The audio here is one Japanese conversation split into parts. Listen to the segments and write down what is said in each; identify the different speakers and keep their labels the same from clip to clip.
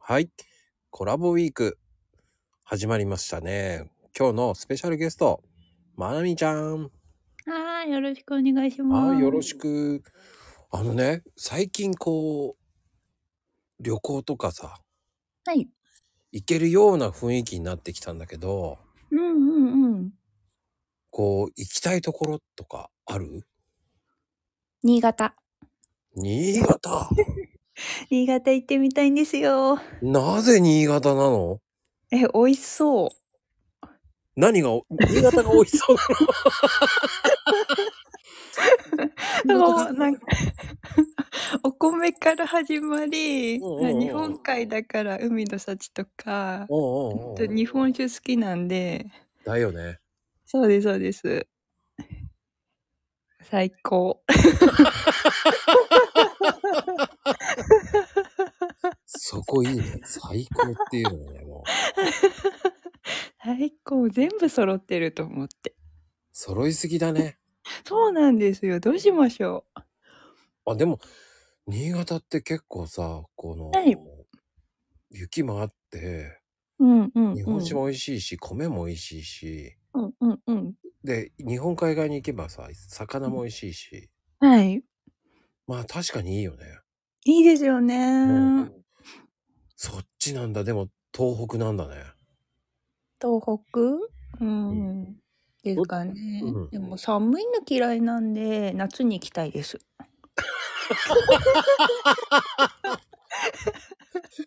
Speaker 1: はい。コラボウィーク、始まりましたね。今日のスペシャルゲスト、まなみちゃん。
Speaker 2: はい、よろしくお願いしま
Speaker 1: は
Speaker 2: す。
Speaker 1: い、よろしく。あのね、最近こう、旅行とかさ、
Speaker 2: はい。
Speaker 1: 行けるような雰囲気になってきたんだけど、
Speaker 2: うんうんうん。
Speaker 1: こう、行きたいところとかある
Speaker 2: 新潟。
Speaker 1: 新潟
Speaker 2: 新潟行ってみたいんですよ。
Speaker 1: なぜ新潟なの
Speaker 2: え、美味しそう。
Speaker 1: 何が、新潟が美味しそう なの
Speaker 2: もうなんか お米から始まり、
Speaker 1: うんうんうん
Speaker 2: 日本海だから海の幸とか、
Speaker 1: おうおうおう
Speaker 2: あと日本酒好きなんで、
Speaker 1: だよね。
Speaker 2: そうですそうです。最高。
Speaker 1: そこいいね。最高っていうのがね、もう、
Speaker 2: 最高。全部揃ってると思って。
Speaker 1: 揃いすぎだね。
Speaker 2: そうなんですよ。どうしましょう。
Speaker 1: あ、でも、新潟って結構さ、この、
Speaker 2: はい
Speaker 1: 雪もあって、
Speaker 2: うんうん、うん。
Speaker 1: 日本酒も美味しいし、米も美味しいし、
Speaker 2: うんうんうん。
Speaker 1: で、日本海側に行けばさ、魚も美味しいし、
Speaker 2: はい。
Speaker 1: まあ確かにいいよね。
Speaker 2: いいですよね、
Speaker 1: うんそっちなんだ。でも、東北なんだね。
Speaker 2: 東北、う、
Speaker 1: うん
Speaker 2: ですかね、
Speaker 1: うん
Speaker 2: でも寒いの嫌いなんで夏に行きたいです。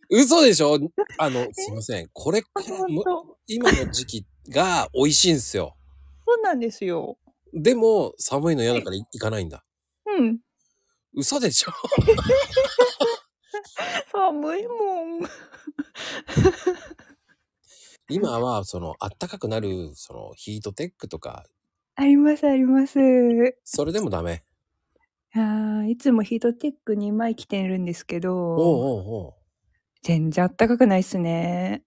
Speaker 1: 嘘でしょあの、すいません。これから
Speaker 2: 本当
Speaker 1: も、今の時期が美味しいんですよ。
Speaker 2: そうなんですよ。
Speaker 1: でも、寒いの嫌だから行かないんだ。
Speaker 2: うん、
Speaker 1: 嘘でしょ
Speaker 2: 寒いもん。
Speaker 1: 今は、その、あったかくなる、その、ヒートテックとか、
Speaker 2: ありますあります。
Speaker 1: それでもダメ。
Speaker 2: あーいつもヒートテック2枚着てるんですけど、
Speaker 1: おうおうおう。
Speaker 2: 全然あったかくないっすね。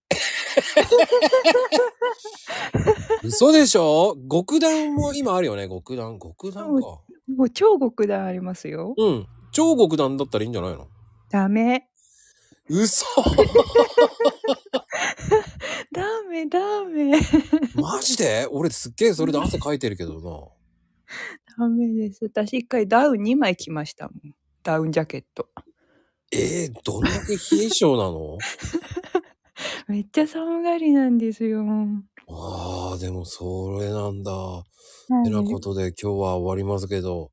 Speaker 1: 嘘でしょ極暖も今あるよね、極暖。極暖か。
Speaker 2: もう超極端ありますよ。
Speaker 1: うん。超極暖だったらいいんじゃないの
Speaker 2: ダメ。
Speaker 1: 嘘
Speaker 2: ダメダメ。
Speaker 1: マジで俺すっげえそれで汗かいてるけどな。
Speaker 2: ダメです。私一回ダウン2枚着ましたもん。ダウンジャケット。
Speaker 1: ええどんだけ冷え性なの
Speaker 2: めっちゃ寒がりなんですよ。
Speaker 1: ああ、でもそれなんだ。てなこと で今日は終わりますけど、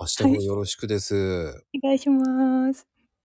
Speaker 1: 明日もよろしくです。
Speaker 2: お願いします。